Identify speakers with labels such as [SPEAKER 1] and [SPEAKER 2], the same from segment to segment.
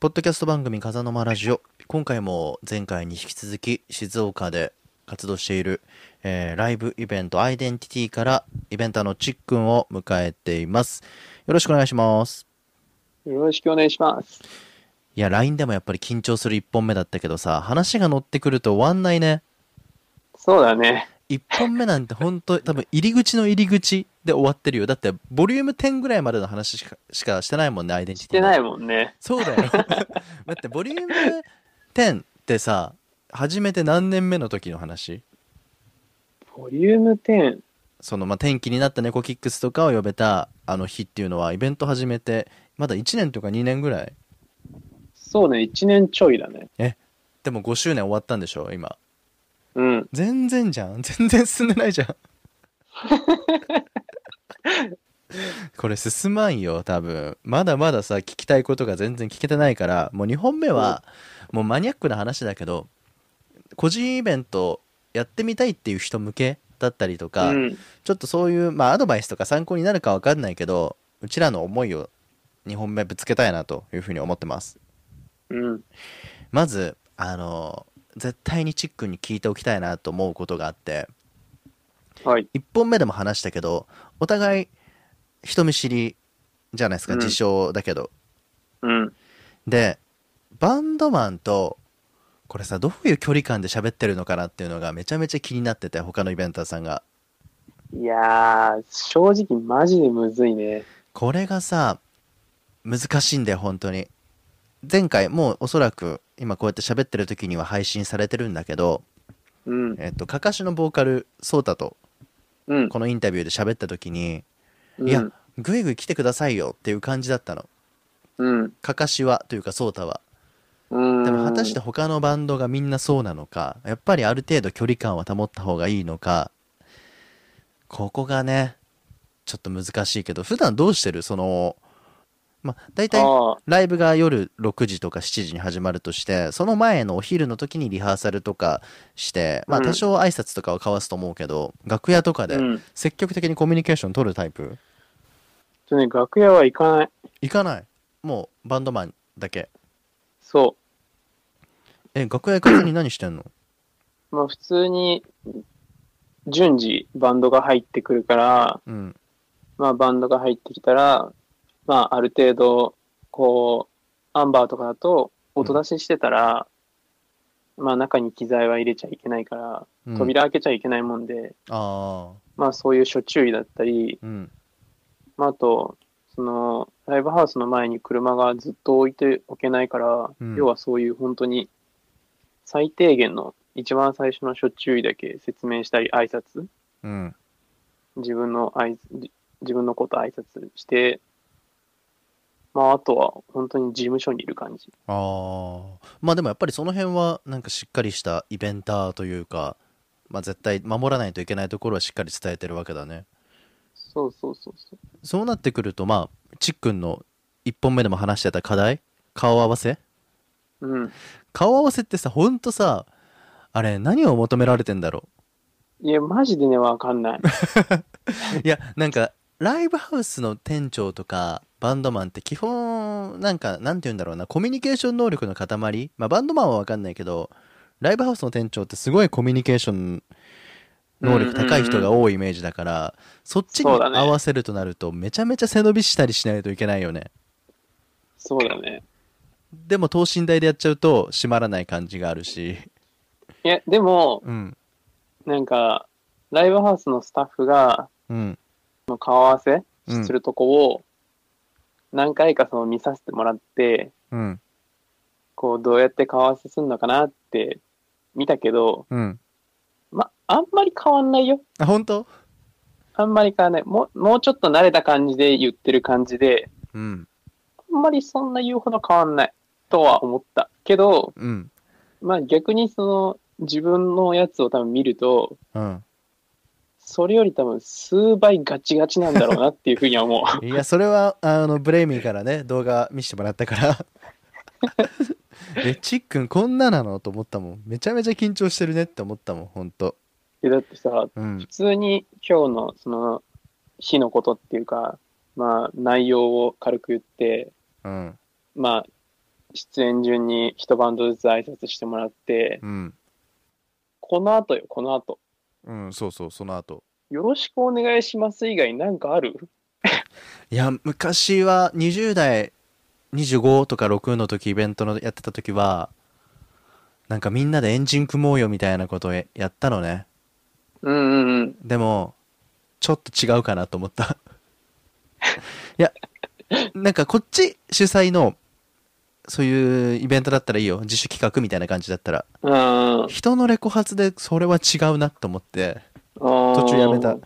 [SPEAKER 1] ポッドキャスト番組「風の間ラジオ」今回も前回に引き続き静岡で活動している、えーライブイベント「アイデンティティ」からイベンターのちっくんを迎えていますよろしくお願いします
[SPEAKER 2] よろしくお願いします。
[SPEAKER 1] いや LINE でもやっぱり緊張する1本目だったけどさ話が乗ってくると終わんないね
[SPEAKER 2] そうだね。
[SPEAKER 1] 1本目なんて本当多分入り口の入り口で終わってるよだってボリューム10ぐらいまでの話しかしかしてないもんねアイデンティ
[SPEAKER 2] し
[SPEAKER 1] ティ
[SPEAKER 2] て
[SPEAKER 1] の
[SPEAKER 2] ないもんね。
[SPEAKER 1] そうだよ待ってボリューム10ってさ初めて何年目の時の話
[SPEAKER 2] ボリューム10。
[SPEAKER 1] そのまあ天気になった猫キックスとかを呼べたあの日っていうのはイベント始めてまだ1年とか2年ぐらい
[SPEAKER 2] そうね、1年ちょいだね。
[SPEAKER 1] でも5周年終わったんでしょ今
[SPEAKER 2] うん。
[SPEAKER 1] 全然じゃん 全然進んでないじゃん これ進まんよ多分まだまださ聞きたいことが全然聞けてないからもう2本目はもうマニアックな話だけど個人イベントやってみたいっていう人向けだったりと
[SPEAKER 2] う
[SPEAKER 1] か、
[SPEAKER 2] ん。
[SPEAKER 1] ちょっとそういう、まあ、アドバイスとか参考になるかわかんないけどうちらの思いを2本目ぶつけたいなというふうに思ってます
[SPEAKER 2] うん。
[SPEAKER 1] まずあの絶対にチックに聞いておきたいなと思うことがあって
[SPEAKER 2] はい。
[SPEAKER 1] 1本目でも話したけどお互い人見知りじゃないですか、
[SPEAKER 2] うん
[SPEAKER 1] 自称だけど
[SPEAKER 2] うん。
[SPEAKER 1] でバンドマンとこれさどういう距離感で喋ってるのかなっていうのがめちゃめちゃ気になってて他のイベンターさんが
[SPEAKER 2] いやー、正直マジでむずいね。
[SPEAKER 1] これがさ難しいんだよ本当に前回もうおそらく今こうやって喋ってる時には配信されてるんだけど、
[SPEAKER 2] うん。
[SPEAKER 1] えっと、かかしのボーカルソータと
[SPEAKER 2] うん。
[SPEAKER 1] このインタビューで喋った時に
[SPEAKER 2] うん
[SPEAKER 1] いやぐいぐい来てくださいよっていう感じだったの
[SPEAKER 2] うん。
[SPEAKER 1] かかしはというかソータは
[SPEAKER 2] うん。
[SPEAKER 1] でも果たして他のバンドがみんなそうなのかやっぱりある程度距離感は保った方がいいのかここがねちょっと難しいけど普段どうしてるそのまあ大体
[SPEAKER 2] ああ、
[SPEAKER 1] ライブが夜6時とか7時に始まるとしてその前のお昼の時にリハーサルとかしてまあ
[SPEAKER 2] うん
[SPEAKER 1] 多少挨拶とかは交わすと思うけど、楽屋とかで
[SPEAKER 2] うん。
[SPEAKER 1] 積極的にコミュニケーション取るタイプ
[SPEAKER 2] とね、楽屋は行かない。
[SPEAKER 1] 行かないもうバンドマンだけ
[SPEAKER 2] そ
[SPEAKER 1] え楽屋行かずに何してんの
[SPEAKER 2] う。まあ普通に、順次バンドが入ってくるから、
[SPEAKER 1] うん
[SPEAKER 2] まあ、バンドが入ってきたら、まあ、ある程度、こう、アンバーとかだと、音出ししてたら、まあ、中に機材は入れちゃいけないから、
[SPEAKER 1] うん
[SPEAKER 2] 扉開けちゃいけないもんで、
[SPEAKER 1] ああ
[SPEAKER 2] まあ、そういう諸注意だったり、
[SPEAKER 1] うん
[SPEAKER 2] まあ、あと、その、ライブハウスの前に車がずっと置いておけないから、
[SPEAKER 1] うん
[SPEAKER 2] 要はそういう本当に、最低限の、一番最初の諸注意だけ説明したり、挨拶
[SPEAKER 1] うん
[SPEAKER 2] 自分の挨拶じ自分のこと挨拶して、まあ、あとは本当に事務所にいる感じ。
[SPEAKER 1] あーまあでもやっぱりその辺はなんかしっかりしたイベンターというか、まあ、絶対守らないといけないところはしっかり伝えてるわけだね
[SPEAKER 2] そうそうそうそう。
[SPEAKER 1] そうなってくるとまあちっくんの1本目でも話してた課題顔合わせ
[SPEAKER 2] うん。
[SPEAKER 1] 顔合わせってさほんとさあれ何を求められてんだろう
[SPEAKER 2] いや、マジでね、わかんない。
[SPEAKER 1] いやなんかライブハウスの店長とかバンドマンって基本なんかなんて言うんだろうなコミュニケーション能力の塊、まあ、バンドマンは分かんないけどライブハウスの店長ってすごいコミュニケーション能力高い人が多いイメージだから、そっちに
[SPEAKER 2] そうだね
[SPEAKER 1] 合わせるとなるとめちゃめちゃ背伸びしたりしないといけないよね
[SPEAKER 2] そうだね。
[SPEAKER 1] でも等身大でやっちゃうと締まらない感じがあるし
[SPEAKER 2] いや、でも、
[SPEAKER 1] うん
[SPEAKER 2] なんか、ライブハウスのスタッフが、
[SPEAKER 1] うん
[SPEAKER 2] その顔合わせ
[SPEAKER 1] うん
[SPEAKER 2] するとこを、何回かその見させてもらって、
[SPEAKER 1] うん
[SPEAKER 2] こう、どうやって顔合わせするのかなって見たけど、
[SPEAKER 1] うん
[SPEAKER 2] ま、あんまり変わんないよ。
[SPEAKER 1] あ本当
[SPEAKER 2] あんまり変わんない。もう、もうちょっと慣れた感じで言ってる感じで、
[SPEAKER 1] うん
[SPEAKER 2] あんまりそんな言うほど変わんないとは思ったけど、
[SPEAKER 1] うん
[SPEAKER 2] まあ逆にその自分のやつを多分見ると、
[SPEAKER 1] うん
[SPEAKER 2] それより多分数倍ガチガチなんだろうなっていうふうには 思う。
[SPEAKER 1] いや、それは、あの、ブレイミーからね、動画見せてもらったから。 え、ちっくんこんななのと思ったもん。めちゃめちゃ緊張してるねって思ったもん、ほんと。
[SPEAKER 2] でだってさ、
[SPEAKER 1] うん
[SPEAKER 2] 普。通に今日のその日のことっていうか、まあ内容を軽く言って、
[SPEAKER 1] うん。
[SPEAKER 2] まあ出演順に一バンドずつ挨拶してもらって、
[SPEAKER 1] うん。
[SPEAKER 2] この後よ、この後。
[SPEAKER 1] うん、そうそう、その後。
[SPEAKER 2] よろしくお願いします以外なんかある
[SPEAKER 1] いや、昔は20代25とか6の時イベントのやってた時は、なんかみんなでエンジン組もうよみたいなことをやったのね。
[SPEAKER 2] うんうんうん。
[SPEAKER 1] でも、ちょっと違うかなと思った。 いや、なんかこっち主催の、そういうイベントだったらいいよ。自主企画みたいな感じだったら。
[SPEAKER 2] あー
[SPEAKER 1] 人のレコ発でそれは違うなと思って、
[SPEAKER 2] あー。
[SPEAKER 1] 途
[SPEAKER 2] 途
[SPEAKER 1] 中やめた。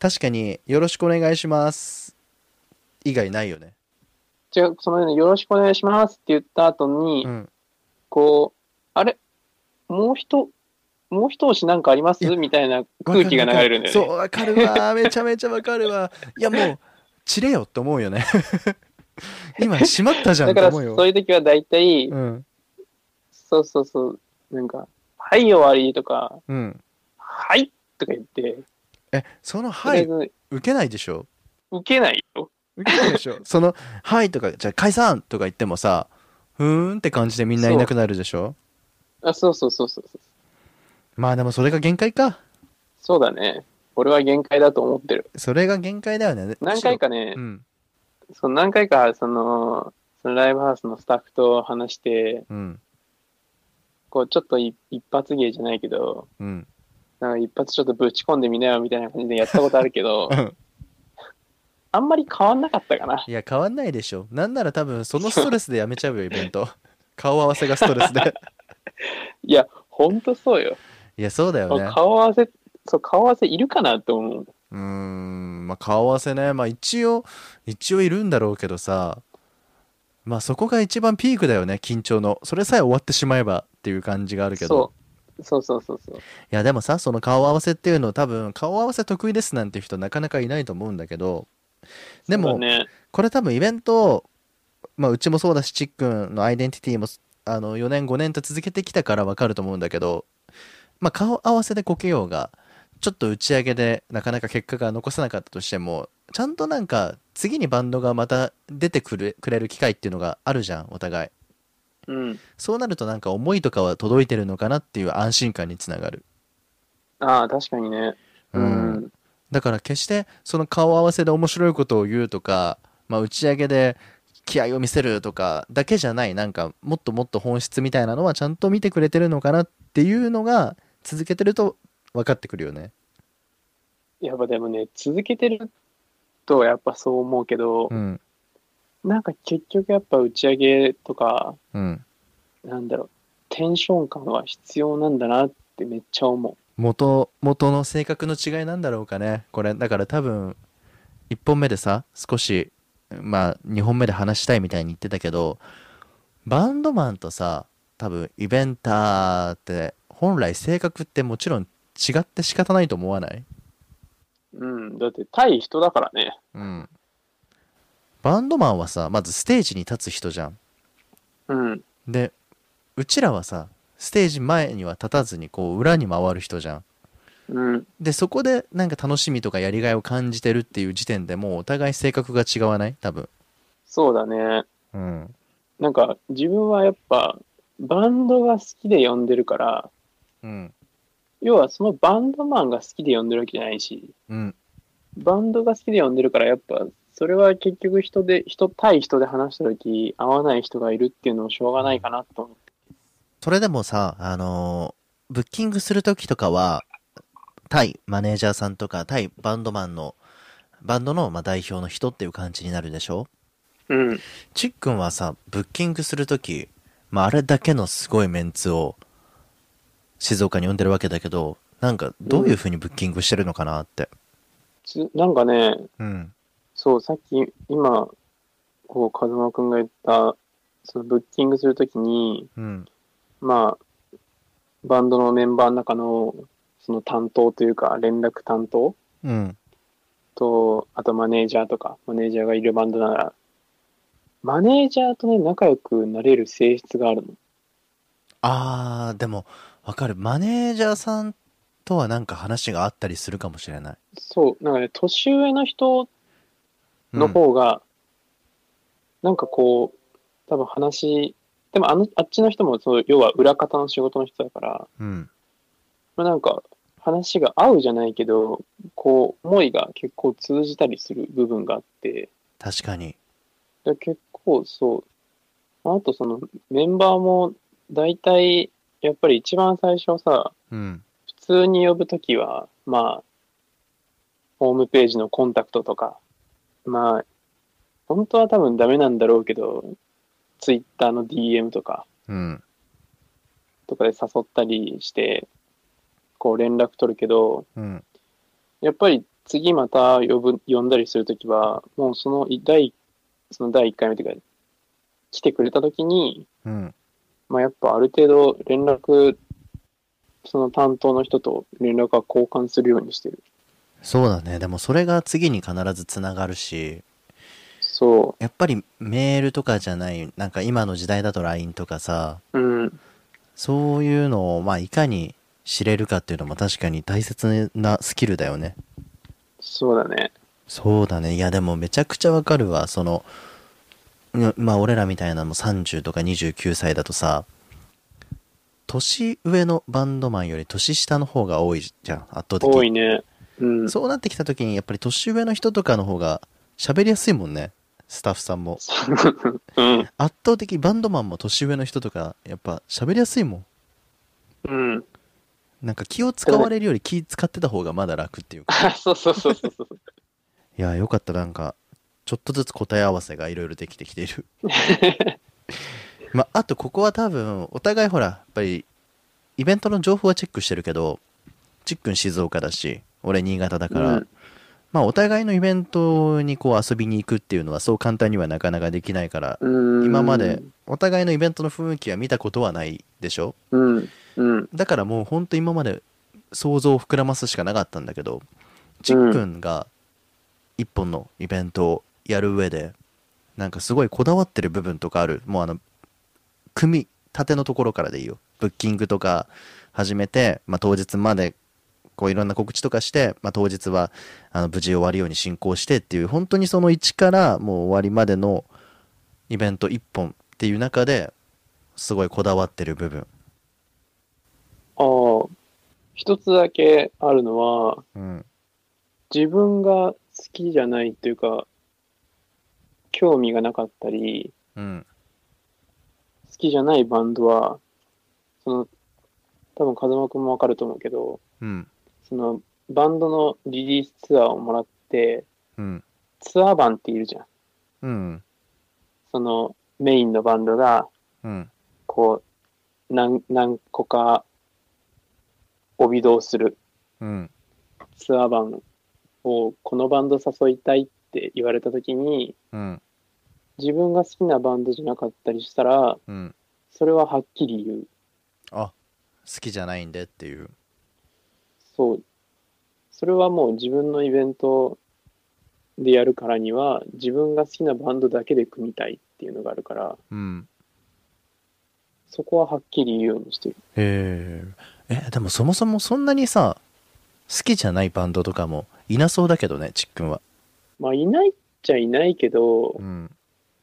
[SPEAKER 1] 確かに、よろしくお願いします。以外ないよね。
[SPEAKER 2] 違う、そのね、よろしくお願いしますって言った後に、
[SPEAKER 1] うん。
[SPEAKER 2] こう、あれもう人、もう一押しなんかあります
[SPEAKER 1] いや
[SPEAKER 2] みたいな空気が流れるんだよね。
[SPEAKER 1] わかるわかるそう、わかるわ。めちゃめちゃわかるわ。いや、もう、散れよって思うよね。 今、閉まったじゃん
[SPEAKER 2] だ
[SPEAKER 1] って
[SPEAKER 2] から、
[SPEAKER 1] 思う
[SPEAKER 2] そ
[SPEAKER 1] よ。
[SPEAKER 2] ういう時は大体、
[SPEAKER 1] うん。
[SPEAKER 2] そうそうそう、なんか、はい、終わりとか、
[SPEAKER 1] うん。
[SPEAKER 2] はいとか言って、
[SPEAKER 1] え、その、
[SPEAKER 2] と
[SPEAKER 1] は
[SPEAKER 2] りあえ
[SPEAKER 1] い、
[SPEAKER 2] ず、
[SPEAKER 1] 受けないでしょ
[SPEAKER 2] 受けないよ。
[SPEAKER 1] 受けないでしょ その、はいとか、じゃあ解散とか言ってもさ、ふーんって感じでみんないなくなるでしょ
[SPEAKER 2] あ、そうそうそうそうそう。
[SPEAKER 1] まあでもそれが限界か。
[SPEAKER 2] そうだね。俺は限界だと思ってる。
[SPEAKER 1] それが限界だよね。
[SPEAKER 2] 何回かね
[SPEAKER 1] う、ん。
[SPEAKER 2] その何回か、その、そのライブハウスのスタッフと話して、
[SPEAKER 1] うん。
[SPEAKER 2] こう、ちょっとい一発芸じゃないけど、
[SPEAKER 1] うん。
[SPEAKER 2] なんか一発ちょっとぶち込んでみなよみたいな感じでやったことあるけど
[SPEAKER 1] う、ん。
[SPEAKER 2] あんまり変わんなかったかな。
[SPEAKER 1] いや、変わんないでしょ。なんなら多分、そのストレスでやめちゃうよ、イベン ト。顔合わせがストレス で。
[SPEAKER 2] いや、ほんとそうよ。
[SPEAKER 1] いや、そうだよね。
[SPEAKER 2] 顔合わせ、そう、顔合わせいるかなと思う。
[SPEAKER 1] うーん、まあ、顔合わせね。まあ、一応、一応いるんだろうけどさ、まあ、そこが一番ピークだよね、緊張の。それさえ終わってしまえばっていう感じがあるけど
[SPEAKER 2] そ。う。そうそうそうそう。
[SPEAKER 1] いや、でもさ、その顔合わせっていうの、多分、顔合わせ得意ですなんて人なかなかいないと思うんだけど、で
[SPEAKER 2] そ
[SPEAKER 1] も
[SPEAKER 2] う、だね、
[SPEAKER 1] これ多分イベント、まあ、うちもそうだし、ちっくんのアイデンティティも、あの、4年、5年と続けてきたからわかると思うんだけど、まあ、顔合わせでこけようが、ちょっと打ち上げでなかなか結果が残せなかったとしても、ちゃんとなんか、次にバンドがまた出てくるくれる機会っていうのがあるじゃん、お互い。
[SPEAKER 2] うん。
[SPEAKER 1] そうなるとなんか思いとかは届いてるのかなっていう安心感につながる。
[SPEAKER 2] ああ、確かにね。うん。
[SPEAKER 1] うんだから決してその顔合わせで面白いことを言うとか、まあ、打ち上げで気合を見せるとかだけじゃないなんかもっともっと本質みたいなのはちゃんと見てくれてるのかなっていうのが続けてると分かってくるよね。
[SPEAKER 2] やっぱでもね、続けてるとやっぱそう思うけど、
[SPEAKER 1] うん
[SPEAKER 2] なんか結局やっぱ打ち上げとか、
[SPEAKER 1] うん、
[SPEAKER 2] なんだろう、テンション感は必要なんだなってめっちゃ思。
[SPEAKER 1] 元元の性格の違いなんだろうかねこれだから多分1本目でさ少しまあ2本目で話したいみたいに言ってたけどバンドマンとさ多分イベンターって本来性格ってもちろん違って仕方ないと思わないう
[SPEAKER 2] うん。だって対人だからね。
[SPEAKER 1] うんバンドマンはさまずステージに立つ人じゃん
[SPEAKER 2] うん。
[SPEAKER 1] でうちらはさステージ前には立たずにこう裏に回る人じゃん
[SPEAKER 2] うん。
[SPEAKER 1] でそこでなんか楽しみとかやりがいを感じてるっていう時点でもうお互い性格が違わない多分
[SPEAKER 2] そうだね。
[SPEAKER 1] うん
[SPEAKER 2] なんか自分はやっぱバンドが好きで呼んでるから、
[SPEAKER 1] うん
[SPEAKER 2] 要はそのバンドマンが好きで呼んでるわけじゃないし、
[SPEAKER 1] うん
[SPEAKER 2] バンドが好きで呼んでるからやっぱそれは結局人で人対人で話した時合わない人がいるっていうのもしょうがないかなと思って
[SPEAKER 1] それでもさあのーブッキングする時とかは対マネージャーさんとか対バンドマンのバンドのまあ代表の人っていう感じになるでしょ
[SPEAKER 2] うん
[SPEAKER 1] ちっくんはさブッキングする時、まあ、あれだけのすごいメンツを静岡に呼んでるわけだけどなんかどういう風にブッキングしてるのかなって
[SPEAKER 2] つなんかね
[SPEAKER 1] うん
[SPEAKER 2] そうさっき今こう風間くんが言ったそのブッキングするときに
[SPEAKER 1] うん
[SPEAKER 2] まあバンドのメンバーの中のその担当というか連絡担当
[SPEAKER 1] うん
[SPEAKER 2] とあとマネージャーとかマネージャーがいるバンドならマネージャーとね仲良くなれる性質があるの
[SPEAKER 1] あー、でも、わかる。マネージャーさんとはなんか話があったりするかもしれない。
[SPEAKER 2] そうなんかね年上の人
[SPEAKER 1] うん
[SPEAKER 2] の方が、なんかこう、多分話でもあの、あっちの人も、そう、要は裏方の仕事の人だから、
[SPEAKER 1] うん。
[SPEAKER 2] まあ、なんか、話が合うじゃないけど、こう、思いが結構通じたりする部分があって、
[SPEAKER 1] 確かに。
[SPEAKER 2] で結構そう、あとそのメンバーも大体、やっぱり一番最初さ、
[SPEAKER 1] うん。
[SPEAKER 2] 普通に呼ぶときは、まあ、ホームページのコンタクトとか、まあ、本当は多分ダメなんだろうけど、ツイッターの DM とか、
[SPEAKER 1] うん。
[SPEAKER 2] とかで誘ったりして、こう連絡取るけど、
[SPEAKER 1] うん。
[SPEAKER 2] やっぱり次また呼ぶ、呼んだりするときは、もうそのい第、その第1回目というか、来てくれたときに、
[SPEAKER 1] うん。
[SPEAKER 2] まあやっぱある程度連絡、その担当の人と連絡は交換するようにしてる。
[SPEAKER 1] そうだね。でもそれが次に必ずつながるし、
[SPEAKER 2] そ
[SPEAKER 1] やっぱりメールとかじゃない、なんか今の時代だと LINE とかさ、
[SPEAKER 2] う。うん。
[SPEAKER 1] そういうのを、まあ、いかに知れるかっていうのも確かに大切なスキルだよね。
[SPEAKER 2] そうだね。
[SPEAKER 1] そうだね。いや、でもめちゃくちゃわかるわ。その、うんまあ、俺らみたいなのも30とか29歳だとさ、年上のバンドマンより年下の方が多いじゃん、圧倒的
[SPEAKER 2] 多いね。うん。
[SPEAKER 1] そうなってきた時に、やっぱり年上の人とかの方が喋りやすいもんね。スタッフさんも。
[SPEAKER 2] うん。
[SPEAKER 1] 圧倒的、バンドマンも年上の人とか、やっぱ喋りやすいもん。
[SPEAKER 2] うん。
[SPEAKER 1] なんか気を使われるより気使ってた方がまだ楽っていうか
[SPEAKER 2] あそうそうそうそう そう。
[SPEAKER 1] いやよかったなんかちょっとずつ答え合わせがいろいろできてきてい るまあとここは多分お互いほらやっぱりイベントの情報はチェックしてるけどちっくん静岡だし俺新潟だから、
[SPEAKER 2] うん
[SPEAKER 1] まあお互いのイベントにこう遊びに行くっていうのはそう簡単にはなかなかできないから
[SPEAKER 2] うん。
[SPEAKER 1] 今まで。お互いのイベントの雰囲気は見たことはないでしょ
[SPEAKER 2] うん。うん。
[SPEAKER 1] だからもうほんと今まで想像を膨らますしかなかったんだけどちっくんが一本のイベントをやる上でなんかすごいこだわってる部分とかあるもうあの組み立てのところからでいいよブッキングとか始めて、まあ、当日までこういろんな告知とかして、まあ、当日はあの無事終わるように進行してっていう本当にその1からもう終わりまでのイベント1本っていう中ですごいこだわってる部分
[SPEAKER 2] ああ。一つだけあるのは、
[SPEAKER 1] うん
[SPEAKER 2] 自分が好きじゃないというか、興味がなかったり、
[SPEAKER 1] うん
[SPEAKER 2] 好きじゃないバンドは、その、多分風間くんもわかると思うけど、
[SPEAKER 1] うん
[SPEAKER 2] その、バンドのリリースツアーをもらって、
[SPEAKER 1] うん
[SPEAKER 2] ツアー版っているじゃん。
[SPEAKER 1] うん
[SPEAKER 2] その、メインのバンドが、
[SPEAKER 1] うん
[SPEAKER 2] こう、何、何個か、帯同する
[SPEAKER 1] うん
[SPEAKER 2] ツアー版を、このバンド誘いたいって言われたときに、
[SPEAKER 1] うん
[SPEAKER 2] 自分が好きなバンドじゃなかったりしたら、
[SPEAKER 1] うん
[SPEAKER 2] それははっきり言う。
[SPEAKER 1] あ好きじゃないんでっていう
[SPEAKER 2] そう。それはもう自分のイベントでやるからには、自分が好きなバンドだけで組みたいっていうのがあるから、
[SPEAKER 1] うん
[SPEAKER 2] そこははっきり言うようにしてる。
[SPEAKER 1] へええでもそもそもそんなにさ好きじゃないバンドとかもいなそうだけどねちっくんは
[SPEAKER 2] まあ、いないっちゃいないけど、
[SPEAKER 1] うん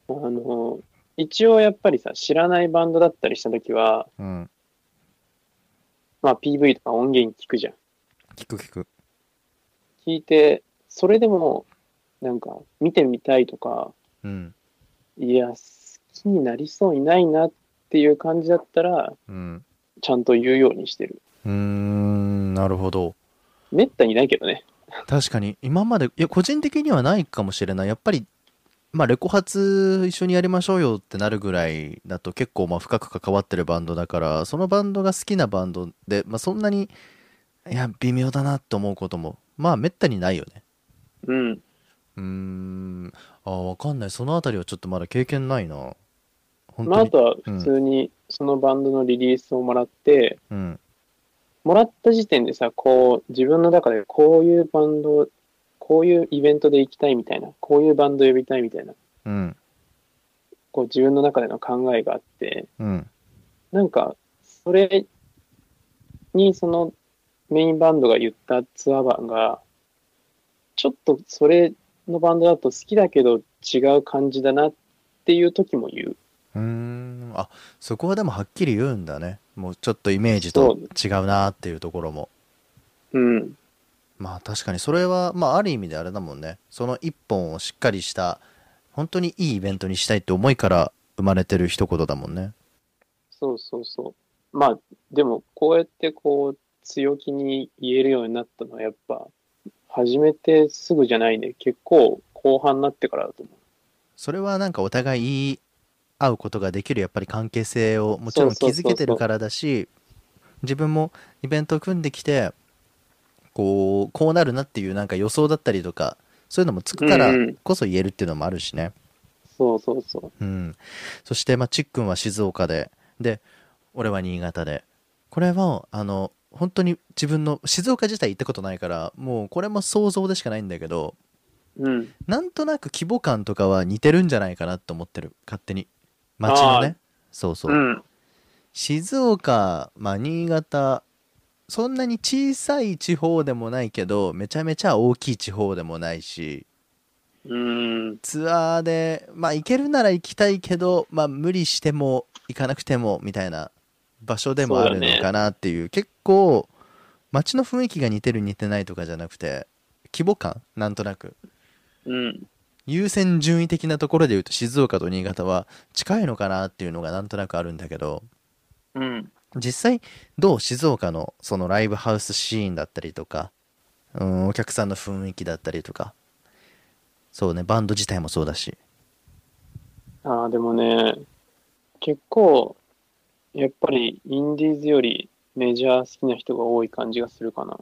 [SPEAKER 2] あの、一応やっぱりさ、知らないバンドだったりしたときは、
[SPEAKER 1] うん
[SPEAKER 2] まあ PV とか音源聞くじゃん。
[SPEAKER 1] 聞く聞く
[SPEAKER 2] 聞いて、それでも、なんか、見てみたいとか、
[SPEAKER 1] うん
[SPEAKER 2] いや、好きになりそうにないなっていう感じだったら、
[SPEAKER 1] うん
[SPEAKER 2] ちゃんと言うようにしてる。
[SPEAKER 1] うーんなるほど
[SPEAKER 2] めったにないけどね。
[SPEAKER 1] 確かに今までいや個人的にはないかもしれないやっぱりまあレコ発一緒にやりましょうよってなるぐらいだと結構まあ深く関わってるバンドだからそのバンドが好きなバンドで、まあ、そんなにいや微妙だなと思うこともまあめったにないよね
[SPEAKER 2] うん。
[SPEAKER 1] うーんあーわかんないそのあたりはちょっとまだ経験ないな本
[SPEAKER 2] ま
[SPEAKER 1] 当
[SPEAKER 2] あ、あ
[SPEAKER 1] に、
[SPEAKER 2] とは普通にそのバンドのリリースをもらって、
[SPEAKER 1] うん
[SPEAKER 2] もらった時点でさ、こう、自分の中でこういうバンド、こういうイベントで行きたいみたいな、こういうバンド呼びたいみたいな、
[SPEAKER 1] うん
[SPEAKER 2] こう自分の中での考えがあって、
[SPEAKER 1] うん
[SPEAKER 2] なんか、それにそのメインバンドが言ったツアー版が、ちょっとそれのバンドだと好きだけど違う感じだなっていう時も言う。
[SPEAKER 1] うーんあそこはでもはっきり言うんだねもうちょっとイメージ
[SPEAKER 2] そ
[SPEAKER 1] と
[SPEAKER 2] う
[SPEAKER 1] 違うなっていうところも
[SPEAKER 2] うん。
[SPEAKER 1] まあ確かにそれはまあある意味であれだもんねその一本をしっかりした本当にいいイベントにしたいって思いから生まれてる一言だもんね
[SPEAKER 2] そうそうそう。まあ、でも、こうやってこう、強気に言えるようになったのは、やっぱ、始めてすぐじゃないね。結構、後半になってからだと思
[SPEAKER 1] それはなんかお互い言い合うことができるやっぱり関係性をもちろん
[SPEAKER 2] そうそうそうそう
[SPEAKER 1] 築けてるからだし自分もイベントを組んできてこうこうなるなっていうなんか予想だったりとかそういうのもつくから
[SPEAKER 2] うんうん
[SPEAKER 1] こそ言えるっていうのもあるしね、
[SPEAKER 2] う。そうそうそう。
[SPEAKER 1] うん、そして、まあ、ちっくんは静岡でで俺は新潟でこれはあの本当に自分の静岡自体行ったことないからもうこれも想像でしかないんだけど
[SPEAKER 2] うん。
[SPEAKER 1] なんとなく規模感とかは似てるんじゃないかなと思ってる勝手に街のねそうそう、
[SPEAKER 2] うん。
[SPEAKER 1] 静岡、まあ、新潟そんなに小さい地方でもないけどめちゃめちゃ大きい地方でもないし
[SPEAKER 2] うん。
[SPEAKER 1] ツアーでまあ行けるなら行きたいけどまあ無理しても行かなくてもみたいな場所でもあるのかなっていう結構街の雰囲気が似てる似てないとかじゃなくて規模感なんとなく
[SPEAKER 2] うん。
[SPEAKER 1] 優先順位的なところで言うと静岡と新潟は近いのかなっていうのがなんとなくあるんだけど
[SPEAKER 2] うん。
[SPEAKER 1] 実際どう静岡のそのライブハウスシーンだったりとか、うん、お客さんの雰囲気だったりとかそうねバンド自体もそうだし
[SPEAKER 2] ああ、でもね、結構、やっぱり、インディーズよりメジャー好きな人が多い感じがするかな。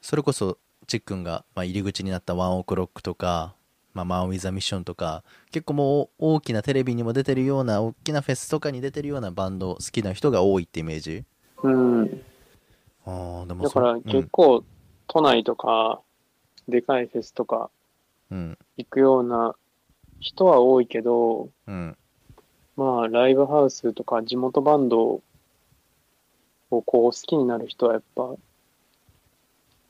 [SPEAKER 1] それこそちっくんが、まあ、入り口になった「ワンオクロック」とか「まあ、マン・ウィザ・ミッション」とか結構もう大きなテレビにも出てるような大きなフェスとかに出てるようなバンド好きな人が多いってイメージ
[SPEAKER 2] うん。
[SPEAKER 1] あーでも
[SPEAKER 2] だ
[SPEAKER 1] そ
[SPEAKER 2] から
[SPEAKER 1] う
[SPEAKER 2] 結構、都内とか、でかいフェスとか
[SPEAKER 1] うん
[SPEAKER 2] 行くような人は多いけど、
[SPEAKER 1] うん、うん、
[SPEAKER 2] まあ、ライブハウスとか地元バンドをこう好きになる人はやっぱ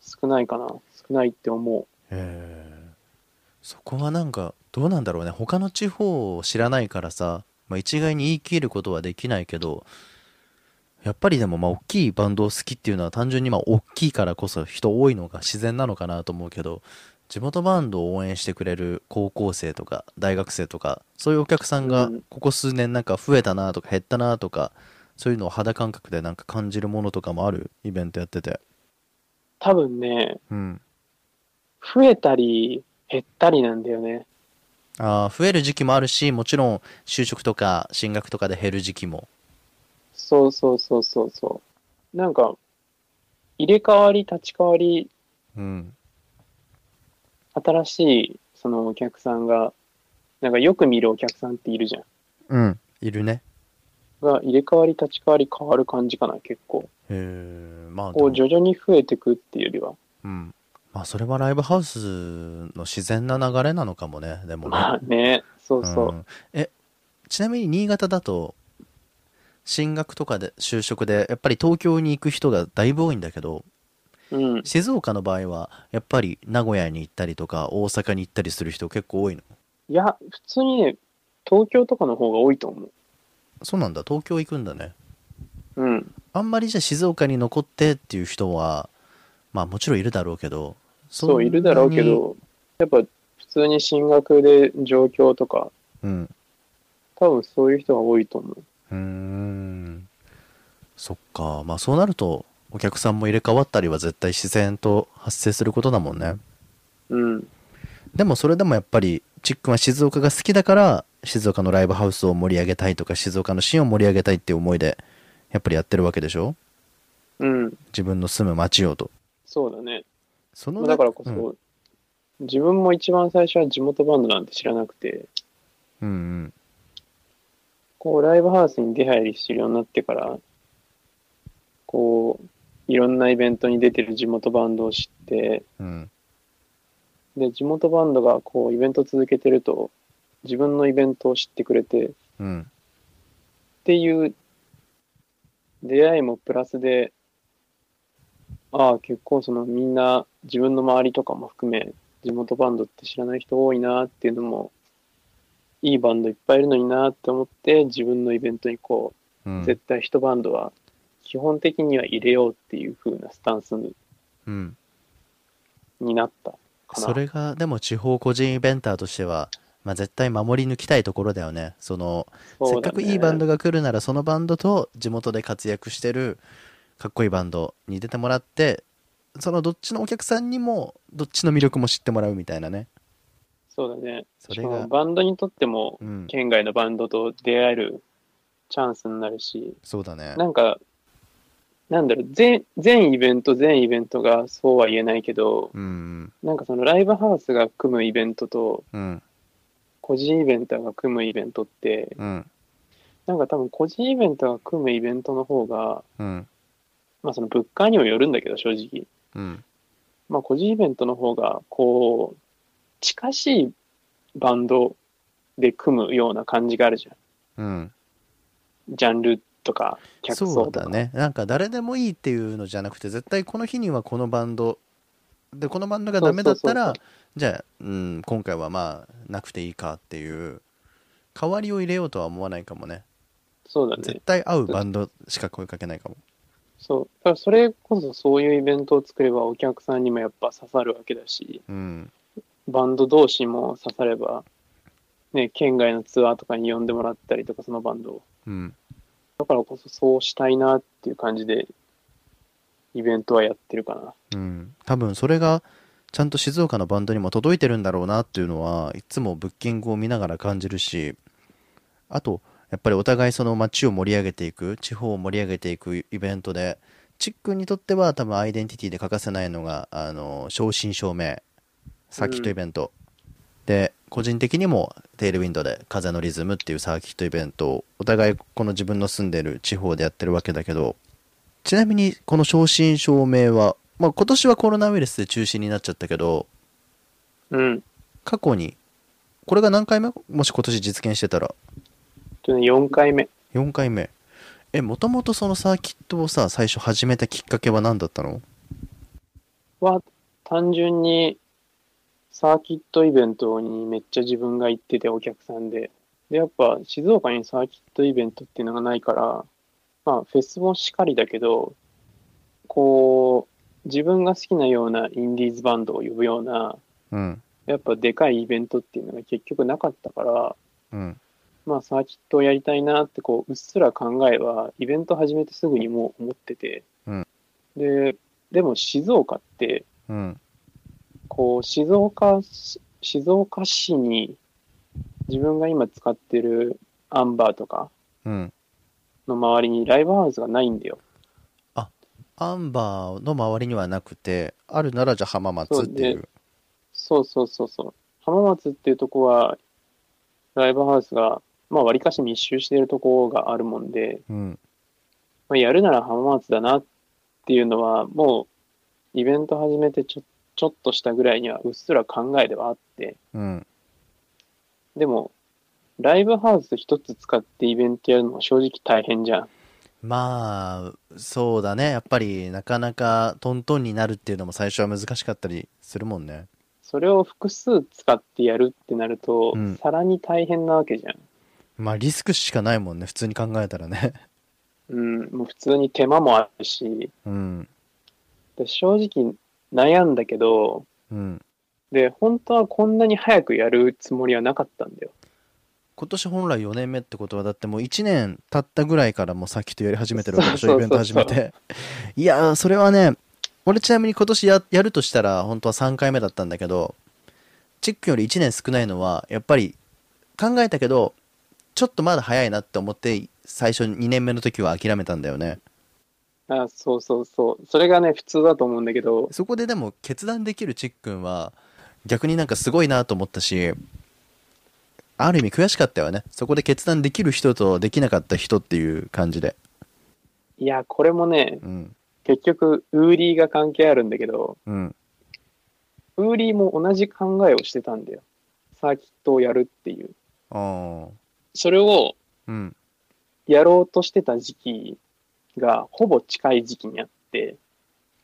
[SPEAKER 2] 少ないかな。少ないって思
[SPEAKER 1] へーそこはなんかどうなんだろうね他の地方を知らないからさ、まあ、一概に言い切ることはできないけどやっぱりでもまあ大きいバンドを好きっていうのは単純にまあ大きいからこそ人多いのが自然なのかなと思うけど地元バンドを応援してくれる高校生とか大学生とかそういうお客さんが
[SPEAKER 2] うん
[SPEAKER 1] ここ数年なんか増えたなとか減ったなとかそういうのを肌感覚でなんか感じるものとかもあるイベントやってて
[SPEAKER 2] う。多分ね、
[SPEAKER 1] うん
[SPEAKER 2] 増えたり減ったりなんだよね。
[SPEAKER 1] あー増える時期もあるしもちろん就職とか進学とかで減る時期も
[SPEAKER 2] そうそうそうそうそう。なんか、入れ替わり立ち替わり
[SPEAKER 1] うん
[SPEAKER 2] 新しいそのお客さんが、なんかよく見るお客さんっているじゃん。
[SPEAKER 1] うんいるね
[SPEAKER 2] が入れ替わり立ち替わり変わる感じかな、結構。
[SPEAKER 1] へえまあで
[SPEAKER 2] こ
[SPEAKER 1] も
[SPEAKER 2] う徐々に増えてくっていうよりは。
[SPEAKER 1] うんまあそれはライブハウスの自然な流れなのかもねでもね
[SPEAKER 2] まあね、そうそう。
[SPEAKER 1] ん、えちなみに新潟だと進学とかで就職でやっぱり東京に行く人がだいぶ多いんだけど
[SPEAKER 2] うん。
[SPEAKER 1] 静岡の場合はやっぱり名古屋に行ったりとか大阪に行ったりする人結構多いの
[SPEAKER 2] いや、普通にね、東京とかの方が多いと思う。
[SPEAKER 1] そうなんだ東京行くんだね
[SPEAKER 2] うん。
[SPEAKER 1] あんまりじゃあ静岡に残ってっていう人はまあもちろんいるだろうけどそん
[SPEAKER 2] そう、いるだろうけど、やっぱ普通に進学で上京とか、
[SPEAKER 1] なにうん
[SPEAKER 2] 多分そういう人が多いと思う。
[SPEAKER 1] うーんそっかまあそうなるとお客さんも入れ替わったりは絶対自然と発生することだもんね
[SPEAKER 2] うん。
[SPEAKER 1] でもそれでもやっぱりちっくんは静岡が好きだから静岡のライブハウスを盛り上げたいとか静岡のシーンを盛り上げたいっていう思いでやっぱりやってるわけでしょ
[SPEAKER 2] うん。
[SPEAKER 1] 自分の住む町をと
[SPEAKER 2] そうだね。
[SPEAKER 1] そ
[SPEAKER 2] ま
[SPEAKER 1] の
[SPEAKER 2] あだからこ
[SPEAKER 1] うん
[SPEAKER 2] そ、自分も一番最初は地元バンドなんて知らなくて、
[SPEAKER 1] うんうん
[SPEAKER 2] こう、ライブハウスに出入りするようになってから、こう、いろんなイベントに出てる地元バンドを知って、
[SPEAKER 1] うん
[SPEAKER 2] で、地元バンドがこう、イベント続けてると、自分のイベントを知ってくれて、っ
[SPEAKER 1] うん
[SPEAKER 2] ていう出会いもプラスで、ああ、結構そのみんな自分の周りとかも含め、地元バンドって知らない人多いなっていうのも、いいバンドいっぱいいるのになって思って、自分のイベントにこう、
[SPEAKER 1] うん
[SPEAKER 2] 絶対一バンドは基本的には入れようっていう風なスタンスに
[SPEAKER 1] うん、
[SPEAKER 2] になったかな。
[SPEAKER 1] それがでも地方個人イベンターとしては、まあ、絶対守り抜きたいところだよねそのせ
[SPEAKER 2] そ
[SPEAKER 1] っ
[SPEAKER 2] うだ
[SPEAKER 1] か
[SPEAKER 2] ね
[SPEAKER 1] くいいバンドが来るならそのバンドと地元で活躍してるかっこいいバンドに出てもらってそのどっちのお客さんにもどっちの魅力も知ってもらうみたいなね
[SPEAKER 2] そうだね。
[SPEAKER 1] それ
[SPEAKER 2] しか
[SPEAKER 1] が
[SPEAKER 2] もバンドにとっても
[SPEAKER 1] う、ん
[SPEAKER 2] 県外のバンドと出会えるチャンスになるし、
[SPEAKER 1] そうだね
[SPEAKER 2] なんか、なんだろう、全、全イベント、全イベントがそうは言えないけど、
[SPEAKER 1] うん
[SPEAKER 2] なんかそのライブハウスが組むイベントと、
[SPEAKER 1] うん
[SPEAKER 2] 個人イベントが組むイベントって、
[SPEAKER 1] うん
[SPEAKER 2] なんか多分個人イベントが組むイベントの方が、
[SPEAKER 1] うん
[SPEAKER 2] まあその物価にもよるんだけど、正直。
[SPEAKER 1] うん
[SPEAKER 2] まあ個人イベントの方が、こう、近しいバンドで組むような感じがあるじゃん。
[SPEAKER 1] うん
[SPEAKER 2] ジャンルとか客
[SPEAKER 1] そ
[SPEAKER 2] 層
[SPEAKER 1] う
[SPEAKER 2] とか
[SPEAKER 1] だねなんか誰でもいいっていうのじゃなくて絶対この日にはこのバンドでこのバンドがダメだったら
[SPEAKER 2] そうそう
[SPEAKER 1] じゃあ、うん、今回はまあなくていいかっていう代わりを入れようとは思わないかもね
[SPEAKER 2] そうだ
[SPEAKER 1] 絶
[SPEAKER 2] ね
[SPEAKER 1] 対合うバンドしか声かけないかも
[SPEAKER 2] そうだからそれこそそういうイベントを作ればお客さんにもやっぱ刺さるわけだし
[SPEAKER 1] うん
[SPEAKER 2] バンド同士も刺さればね県外のツアーとかに呼んでもらったりとかそのバンドを
[SPEAKER 1] うん
[SPEAKER 2] だからこそそうしたいなっていう感じでイベントはやってるかな
[SPEAKER 1] うん多分それがちゃんと静岡のバンドにも届いてるんだろうなっていうのはいつもブッキングを見ながら感じるしあとやっぱりお互いその街を盛り上げていく地方を盛り上げていくイベントでチックにとっては多分アイデンティティで欠かせないのがあの正真正銘サーキットイベント、で個人的にもテールウィンドで「風のリズム」っていうサーキットイベントをお互いこの自分の住んでる地方でやってるわけだけどちなみにこの正真正銘は、まあ、今年はコロナウイルスで中止になっちゃったけど
[SPEAKER 2] うん
[SPEAKER 1] 過去にこれが何回目もし今年実現してたら
[SPEAKER 2] とね4回目
[SPEAKER 1] 4回目えもともとそのサーキットをさ最初始めたきっかけは何だったの
[SPEAKER 2] は単純にサーキットイベントにめっちゃ自分が行っててお客さんで。で、やっぱ静岡にサーキットイベントっていうのがないから、まあフェスもしかりだけど、こう、自分が好きなようなインディーズバンドを呼ぶような、
[SPEAKER 1] うん
[SPEAKER 2] やっぱでかいイベントっていうのが結局なかったから、
[SPEAKER 1] うん
[SPEAKER 2] まあサーキットをやりたいなってこう、うっすら考えは、イベント始めてすぐにもう思ってて、
[SPEAKER 1] うん
[SPEAKER 2] で、でも静岡って、
[SPEAKER 1] うん
[SPEAKER 2] こう静岡市静岡市に自分が今使ってるアンバーとか
[SPEAKER 1] うん
[SPEAKER 2] の周りにライブハウスがないんだよ。
[SPEAKER 1] アンバーの周りにはなくてあるならじゃあ浜松ってい
[SPEAKER 2] そうそうそうそうそう。浜松っていうとこはライブハウスがまあ割かし密集してるとこがあるもんで、
[SPEAKER 1] うん
[SPEAKER 2] まあ、やるなら浜松だなっていうのはもうイベント始めてちょちょっとしたぐらいにはうっすら考えではあって
[SPEAKER 1] うん
[SPEAKER 2] でもライブハウス一つ使ってイベントやるのは正直大変じゃん。
[SPEAKER 1] まあそうだねやっぱりなかなかトントンになるっていうのも最初は難しかったりするもんね
[SPEAKER 2] それを複数使ってやるってなると、
[SPEAKER 1] うん
[SPEAKER 2] さらに大変なわけじゃん。
[SPEAKER 1] まあリスクしかないもんね普通に考えたらね
[SPEAKER 2] うん、もう普通に手間もあるし、
[SPEAKER 1] うん
[SPEAKER 2] で正直悩んだけど、
[SPEAKER 1] うん
[SPEAKER 2] で、本当はこんなに早くやるつもりはなかったんだよ。
[SPEAKER 1] 今年本来4年目ってことはだってもう1年経ったぐらいからもうさっきとやり始めてるわけでしょ
[SPEAKER 2] そ
[SPEAKER 1] イ
[SPEAKER 2] う
[SPEAKER 1] ベ
[SPEAKER 2] そう
[SPEAKER 1] ン
[SPEAKER 2] そ
[SPEAKER 1] ト始
[SPEAKER 2] うそう
[SPEAKER 1] めて いやーそれはね俺ちなみに今年ややるとしたら本当は3回目だったんだけどチックより1年少ないのはやっぱり考えたけどちょっとまだ早いなって思って最初2年目の時は諦めたんだよね
[SPEAKER 2] あそうそうそう。それがね、普通だと思うんだけど、
[SPEAKER 1] そこででも決断できるチックンは逆になんかすごいなと思ったしある意味悔しかったよねそこで決断できる人とできなかった人っていう感じで
[SPEAKER 2] いや、これもね、
[SPEAKER 1] うん
[SPEAKER 2] 結局、ウーリーが関係あるんだけど、
[SPEAKER 1] うん
[SPEAKER 2] ウーリーも同じ考えをしてたんだよ。サーキットをやるっていう。
[SPEAKER 1] ああ
[SPEAKER 2] それを
[SPEAKER 1] うん
[SPEAKER 2] やろうとしてた時期が、ほぼ近い時期にあって、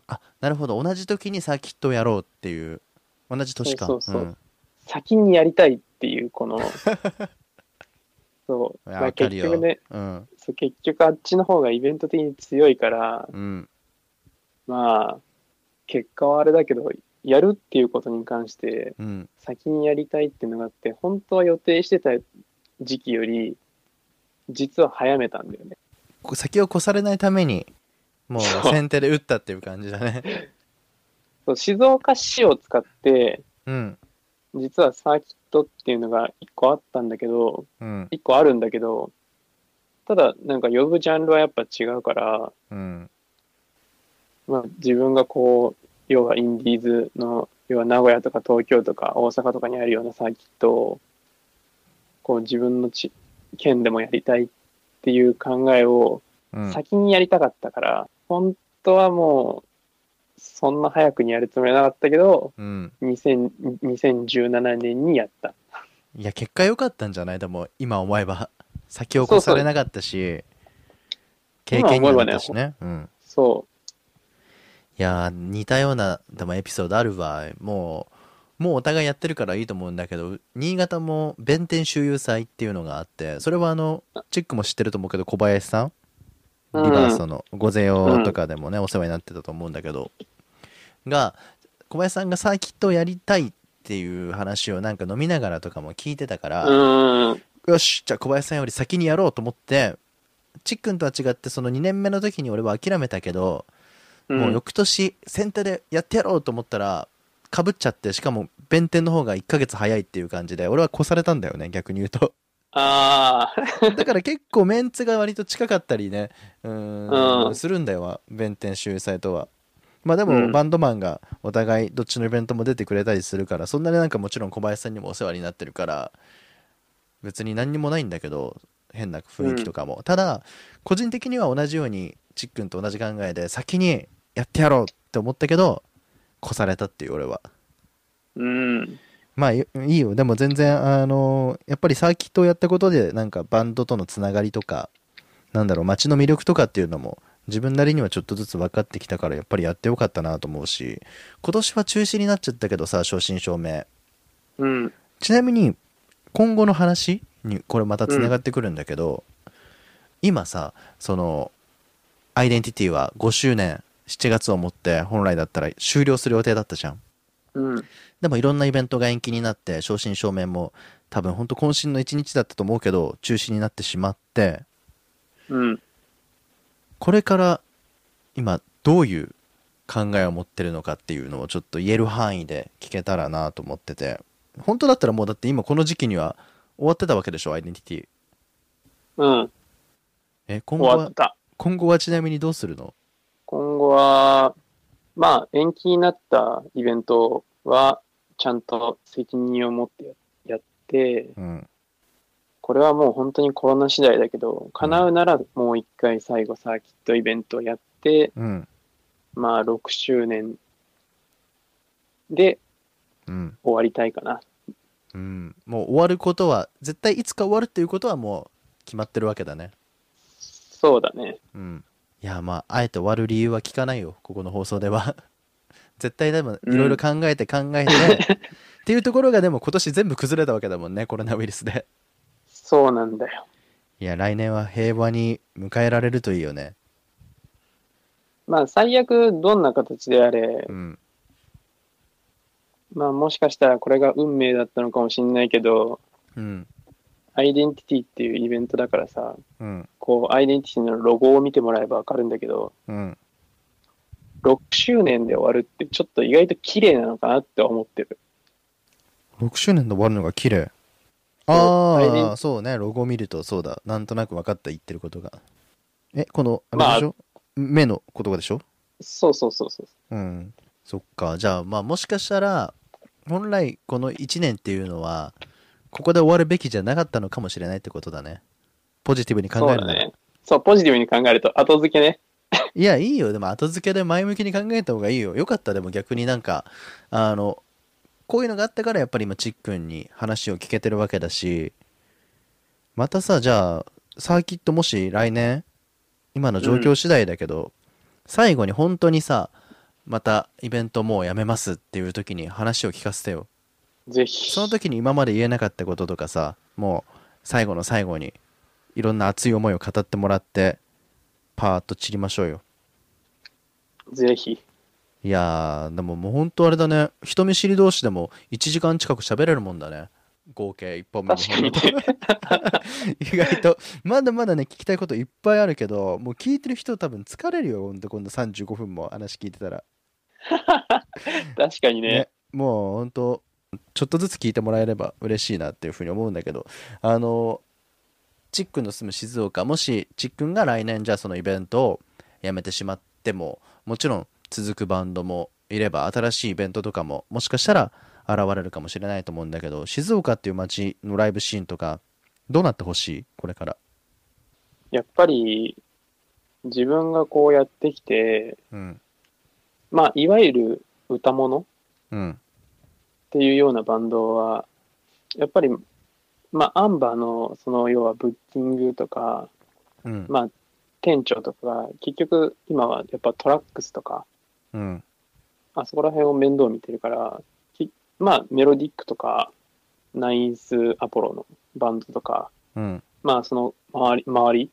[SPEAKER 1] あなるほど同じ時にサーキットをやろうっていう同じ年か
[SPEAKER 2] そうそうそうん 先にやりたいっていうこのそう。
[SPEAKER 1] いや
[SPEAKER 2] まあ
[SPEAKER 1] わかる
[SPEAKER 2] 結
[SPEAKER 1] よ
[SPEAKER 2] 局ね、
[SPEAKER 1] うん
[SPEAKER 2] そう結局あっちの方がイベント的に強いから、
[SPEAKER 1] うん
[SPEAKER 2] まあ、結果はあれだけど、やるっていうことに関して、
[SPEAKER 1] うん
[SPEAKER 2] 先にやりたいっていうのがあって、本当は予定してた時期より、実は早めたんだよね。
[SPEAKER 1] こ先を越されないためにもう
[SPEAKER 2] そう
[SPEAKER 1] 先手で打ったっていう感じだね
[SPEAKER 2] そう静岡市を使って、
[SPEAKER 1] うん
[SPEAKER 2] 実はサーキットっていうのが一個あったんだけど、
[SPEAKER 1] うん
[SPEAKER 2] 一個あるんだけど、ただなんか呼ぶジャンルはやっぱ違うから、
[SPEAKER 1] うん
[SPEAKER 2] まあ、自分がこう、要はインディーズの、要は名古屋とか東京とか大阪とかにあるようなサーキットを、こう自分のち県でもやりたいっていう考えを
[SPEAKER 1] うん
[SPEAKER 2] 先にやりたかったから、本当はもう、そんな早くにやるつもりはなかったけど、
[SPEAKER 1] うん
[SPEAKER 2] 2000 2017年にやった。
[SPEAKER 1] いや結果良かったんじゃないでも今思えば先を越されなかったし経験にもなったしねうん
[SPEAKER 2] そ
[SPEAKER 1] いやー似たようなでもエピソードあるわもうもうお互いやってるからいいと思うんだけど新潟も弁天周遊祭っていうのがあってそれはあのチックも知ってると思うけど小林さんリ
[SPEAKER 2] うん
[SPEAKER 1] バーストの御勢用とかでもね、お世話になってたと思うんだけどが小林さんがサーキットをやりたいっていう話をなんか飲みながらとかも聞いてたか
[SPEAKER 2] う。
[SPEAKER 1] ら、
[SPEAKER 2] うーん。
[SPEAKER 1] よしじゃあ小林さんより先にやろうと思ってちっくんとは違ってその2年目の時に俺は諦めたけど、
[SPEAKER 2] うん
[SPEAKER 1] もう翌年先手でやってやろうと思ったらかぶっちゃってしかも弁天の方が1ヶ月早いっていう感じで俺は越されたんだよね逆に言うと
[SPEAKER 2] ああ、
[SPEAKER 1] だから結構メンツが割と近かったりねうーん
[SPEAKER 2] うん
[SPEAKER 1] するんだよ弁天秀才とはまあで
[SPEAKER 2] う
[SPEAKER 1] も
[SPEAKER 2] ん
[SPEAKER 1] バンドマンがお互いどっちのイベントも出てくれたりするからそんなになんかもちろん小林さんにもお世話になってるから別に何にもないんだけど変な雰囲気とかも、ただ個人的には同じようにちっくんと同じ考えで先にやってやろうって思ったけど越されたっていう俺は
[SPEAKER 2] うん。
[SPEAKER 1] まあいいいよでも全然あのやっぱりサーキットをやったことでなんかバンドとのつながりとかなんだろう街の魅力とかっていうのも自分なりにはちょっとずつ分かってきたからやっぱりやってよかったなと思うし今年は中止になっちゃったけどさ正真正銘
[SPEAKER 2] うん。
[SPEAKER 1] ちなみに今後の話にこれまたつながってくるんだけど、今さそのアイデンティティは5周年7月をもって本来だったら終了する予定だったじゃん
[SPEAKER 2] うん。
[SPEAKER 1] でもいろんなイベントが延期になって正真正銘も多分ほんと渾身の一日だったと思うけど中止になってしまって
[SPEAKER 2] うん。
[SPEAKER 1] これから今どういう考えを持ってるのかっていうのをちょっと言える範囲で聞けたらなと思ってて本当だったらもうだって今この時期には終わってたわけでしょアイデンティティ
[SPEAKER 2] うん。
[SPEAKER 1] え今後
[SPEAKER 2] 終わ
[SPEAKER 1] は
[SPEAKER 2] った。
[SPEAKER 1] 今後はちなみにどうするの
[SPEAKER 2] 今後は、まあ、延期になったイベントは、ちゃんと責任を持ってややって、
[SPEAKER 1] うん
[SPEAKER 2] これはもう本当にコロナ次第だけど、叶うならもう一回最後サーキットイベントをやって、
[SPEAKER 1] うん
[SPEAKER 2] まあ、6周年で
[SPEAKER 1] うん
[SPEAKER 2] 終わりたいかな。
[SPEAKER 1] うんもう終わることは絶対いつか終わるっていうことはもう決まってるわけだね
[SPEAKER 2] そうだね。
[SPEAKER 1] うん、いやまああえて終わる理由は聞かないよここの放送では 絶対でも
[SPEAKER 2] うん
[SPEAKER 1] いろいろ考えて考えて、 っていうところがでも今年全部崩れたわけだもんねコロナウイルスで
[SPEAKER 2] そうなんだよ。
[SPEAKER 1] いや来年は平和に迎えられるといいよね
[SPEAKER 2] まあ、最悪どんな形であれ
[SPEAKER 1] う、ん
[SPEAKER 2] まあ、もしかしたらこれが運命だったのかもしれないけど、
[SPEAKER 1] うん
[SPEAKER 2] アイデンティティっていうイベントだからさ、
[SPEAKER 1] うん
[SPEAKER 2] こう、アイデンティティのロゴを見てもらえばわかるんだけど、
[SPEAKER 1] うん
[SPEAKER 2] 6周年で終わるってちょっと意外と綺麗なのかなって思ってる。
[SPEAKER 1] 6周年で終わるのが綺麗
[SPEAKER 2] 来
[SPEAKER 1] ああ
[SPEAKER 2] 年
[SPEAKER 1] そうねロゴ見るとそうだなんとなく分かった言ってることがえこのあれでしょ、目の言葉でしょ
[SPEAKER 2] そうそうそうそう。
[SPEAKER 1] うん、そっかじゃあまあもしかしたら本来この1年っていうのはここで終わるべきじゃなかったのかもしれないってことだねポジティブに考
[SPEAKER 2] そう
[SPEAKER 1] える
[SPEAKER 2] だ
[SPEAKER 1] なら、
[SPEAKER 2] ね。そう、ポジティブに考えると後付けね。
[SPEAKER 1] いやいいよでも後付けで前向きに考えた方がいいよよかったでも逆になんかあのこういうのがあったからやっぱり今ちっくんに話を聞けてるわけだしまたさじゃあサーキットもし来年今の状況次第だけど、最後に本当にさまたイベントもうやめますっていう時に話を聞かせてよ
[SPEAKER 2] ぜひ。
[SPEAKER 1] その時に今まで言えなかったこととかさもう最後の最後にいろんな熱い思いを語ってもらってパーッと散りましょうよ
[SPEAKER 2] ぜひ。
[SPEAKER 1] いやーでももうほんとあれだね人見知り同士でも1時間近く喋れるもんだね合計1本目の
[SPEAKER 2] 確かにね。
[SPEAKER 1] 意外とまだまだね聞きたいこといっぱいあるけどもう聞いてる人多分疲れるよほんと今度35分も話聞いてたら
[SPEAKER 2] 確かにね。
[SPEAKER 1] もうほんとちょっとずつ聞いてもらえれば嬉しいなっていうふうに思うんだけどあのちっくんの住む静岡もしちっくんが来年じゃあそのイベントをやめてしまってももちろん続くバンドもいれば新しいイベントとかももしかしたら現れるかもしれないと思うんだけど静岡っていう街のライブシーンとかどうなってほしいこれから
[SPEAKER 2] やっぱり、自分がこうやってきて、
[SPEAKER 1] うん
[SPEAKER 2] まあ、いわゆる歌物っ
[SPEAKER 1] うん
[SPEAKER 2] ていうようなバンドは、やっぱり、まあ、アンバーの、その、要はブッキングとか、
[SPEAKER 1] うん
[SPEAKER 2] まあ、店長とかが、結局、今はやっぱトラックスとか、
[SPEAKER 1] うん
[SPEAKER 2] あそこら辺を面倒見てるから、きまあ、メロディックとか、ナインスアポロのバンドとか、
[SPEAKER 1] うん
[SPEAKER 2] まあ、その周り、周り、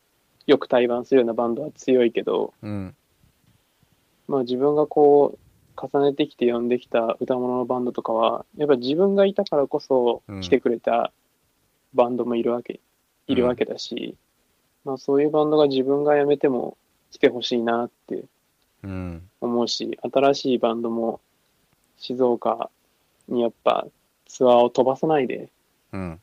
[SPEAKER 2] よく対バンするようなバンドは強いけど、
[SPEAKER 1] うん
[SPEAKER 2] まあ、自分がこう、重ねてきて呼んできた歌物のバンドとかは、やっぱ自分がいたからこそ
[SPEAKER 1] うん
[SPEAKER 2] 来てくれたバンドもいるわけ、いるわけだし、まあ、そういうバンドが自分が辞めても来てほしいなって
[SPEAKER 1] うん
[SPEAKER 2] 思うし、新しいバンドも静岡にやっぱツアーを飛ばさないで、
[SPEAKER 1] うん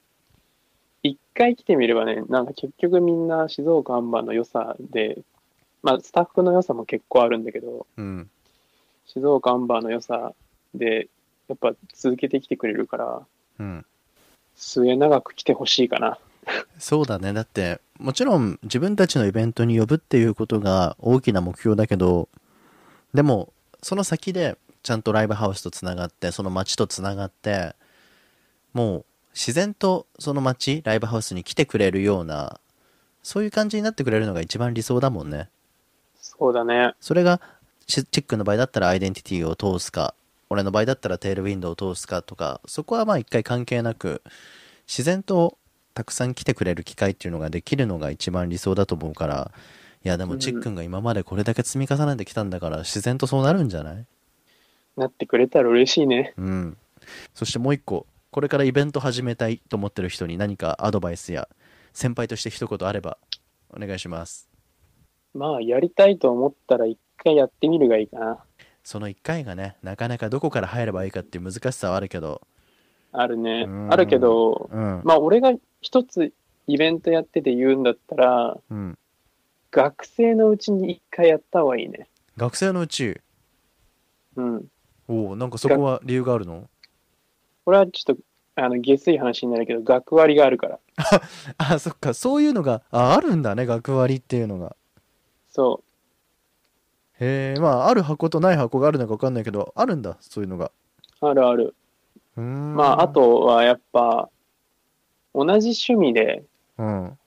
[SPEAKER 2] 一回来てみればね、なんか結局みんな静岡アンバーの良さで、まあスタッフの良さも結構あるんだけど、
[SPEAKER 1] うん
[SPEAKER 2] 静岡アンバーの良さで、やっぱ続けてきてくれるから、
[SPEAKER 1] うん
[SPEAKER 2] 末永く来てほしいかな。
[SPEAKER 1] そうだね。だって、もちろん自分たちのイベントに呼ぶっていうことが大きな目標だけど、でも、その先でちゃんとライブハウスとつながって、その街とつながって、もう自然とその街、ライブハウスに来てくれるような、そういう感じになってくれるのが一番理想だもんね。
[SPEAKER 2] そうだね。
[SPEAKER 1] それが、しチックの場合だったらアイデンティティを通すか、俺の場合だったらテールウィンドウを通すかとか、そこはまあ一回関係なく、自然とたくさん来てくれる機会っていうのができるのが一番理想だと思うから、いやで
[SPEAKER 2] う
[SPEAKER 1] も
[SPEAKER 2] ん
[SPEAKER 1] チックンが今までこれだけ積み重ねてきたんだから、自然とそうなるんじゃない
[SPEAKER 2] なってくれたら嬉しいね。
[SPEAKER 1] うん。そしてもう一個、これからイベント始めたいと思ってる人に何かアドバイスや、先輩として一言あれば、お願いします。
[SPEAKER 2] まあ、やりたいと思ったら一回やってみるがいいかな。
[SPEAKER 1] その一回がね、なかなかどこから入ればいいかっていう難しさはあるけど、
[SPEAKER 2] あるね
[SPEAKER 1] う。ん
[SPEAKER 2] あるけど、
[SPEAKER 1] うん。
[SPEAKER 2] まあ、俺が一つイベントやってて言うんだったら、
[SPEAKER 1] うん、
[SPEAKER 2] 学生のうちに一回やった方がいいね。
[SPEAKER 1] 学生のうち
[SPEAKER 2] うん。
[SPEAKER 1] おおなんかそこは理由があるの
[SPEAKER 2] これはちょっと、あの、下水話になるけど、学割があるから。
[SPEAKER 1] あそっかそういうのがああるんだね学割っていうのが
[SPEAKER 2] そ
[SPEAKER 1] へえまあある箱とない箱があるのか分かんないけどあるんだそういうのが
[SPEAKER 2] う。あるある。
[SPEAKER 1] うーん
[SPEAKER 2] まあ、あとはやっぱ、同じ趣味で、
[SPEAKER 1] うん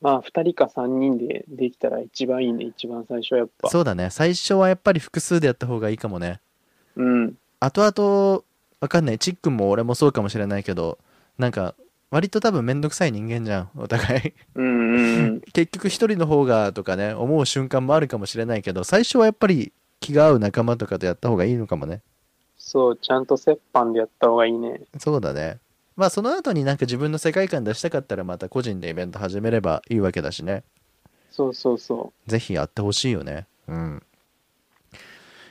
[SPEAKER 2] まあ、二人か三人でできたら一番いいね、一番最初はやっぱ。
[SPEAKER 1] そうだね最初はやっぱり複数でやった方がいいかもね
[SPEAKER 2] うん。
[SPEAKER 1] 後々分かんないチックンも俺もそうかもしれないけどなんか割と多分めんどくさい人間じゃんお互い
[SPEAKER 2] うんうんうん。
[SPEAKER 1] 結局一人の方がとかね思う瞬間もあるかもしれないけど最初はやっぱり気が合う仲間とかとやった方がいいのかもね
[SPEAKER 2] そう、ちゃんと折半でやった方がいいね。
[SPEAKER 1] そうだねまあその後になんか自分の世界観出したかったらまた個人でイベント始めればいいわけだしね
[SPEAKER 2] そうそうそ
[SPEAKER 1] ぜひやってほしいよねうん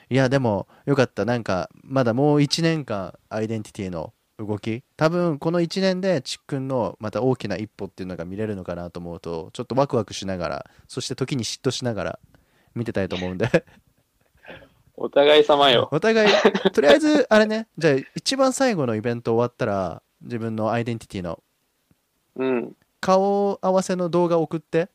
[SPEAKER 1] いやでもよかったなんかまだもう1年間アイデンティティの動き多分この1年でちっくんのまた大きな一歩っていうのが見れるのかなと思うとちょっとワクワクしながらそして時に嫉妬しながら見てたいと思うんで
[SPEAKER 2] う。お互い様よ。
[SPEAKER 1] お互い、とりあえず、あれね、じゃあ、一番最後のイベント終わったら、自分のアイデンティティの
[SPEAKER 2] うん。
[SPEAKER 1] 顔合わせの動画送って。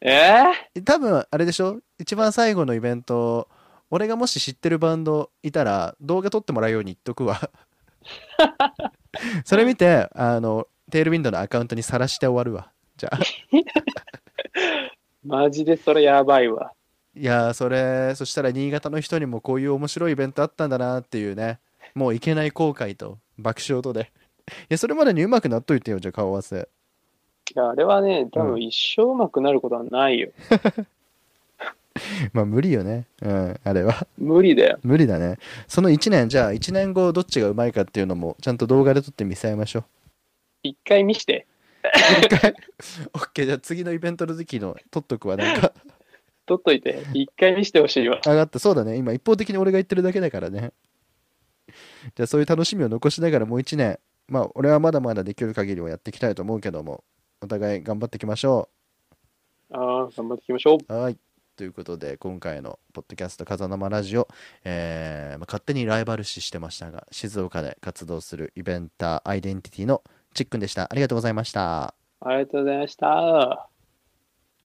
[SPEAKER 2] ええ
[SPEAKER 1] 多分、あれでしょ一番最後のイベント、俺がもし知ってるバンドいたら、動画撮ってもらうように言っとくわ。それ見て、あの、テールウィンドウのアカウントにさらして終わるわ。じゃあ。
[SPEAKER 2] マジでそれやばいわ。
[SPEAKER 1] いやー、それ、そしたら新潟の人にもこういう面白いイベントあったんだなっていうね、もういけない後悔と爆笑とで。や、それまでにうまくなっといてよ、じゃあ顔合わせ。
[SPEAKER 2] いや、あれはね、多
[SPEAKER 1] う
[SPEAKER 2] 分一生うまくなることはないよ。
[SPEAKER 1] まあ、無理よね。うん、あれは。
[SPEAKER 2] 無理だよ。
[SPEAKER 1] 無理だね。その1年、じゃあ1年後どっちがうまいかっていうのも、ちゃんと動画で撮って見せ合いましょう。
[SPEAKER 2] 一回見して、
[SPEAKER 1] オッケーじゃあ次のイベントの時の撮っとくわ。なんか、
[SPEAKER 2] 撮っといて、一回見してほしいわ。
[SPEAKER 1] 上がった。そうだね。今、一方的に俺が言ってるだけだからね。じゃあそういう楽しみを残しながらもう1年、まあ、俺はまだまだできる限りはやっていきたいと思うけども、お互い頑張っていきましょう。
[SPEAKER 2] ああ、頑張っていきましょう。
[SPEAKER 1] はい。ということで、今回のポッドキャスト「風間ラジオ」えーまあ勝手にライバル視してましたが、静岡で活動するイベンターアイデンティティのチックンでした。ありがとうございました。
[SPEAKER 2] ありがとうございました。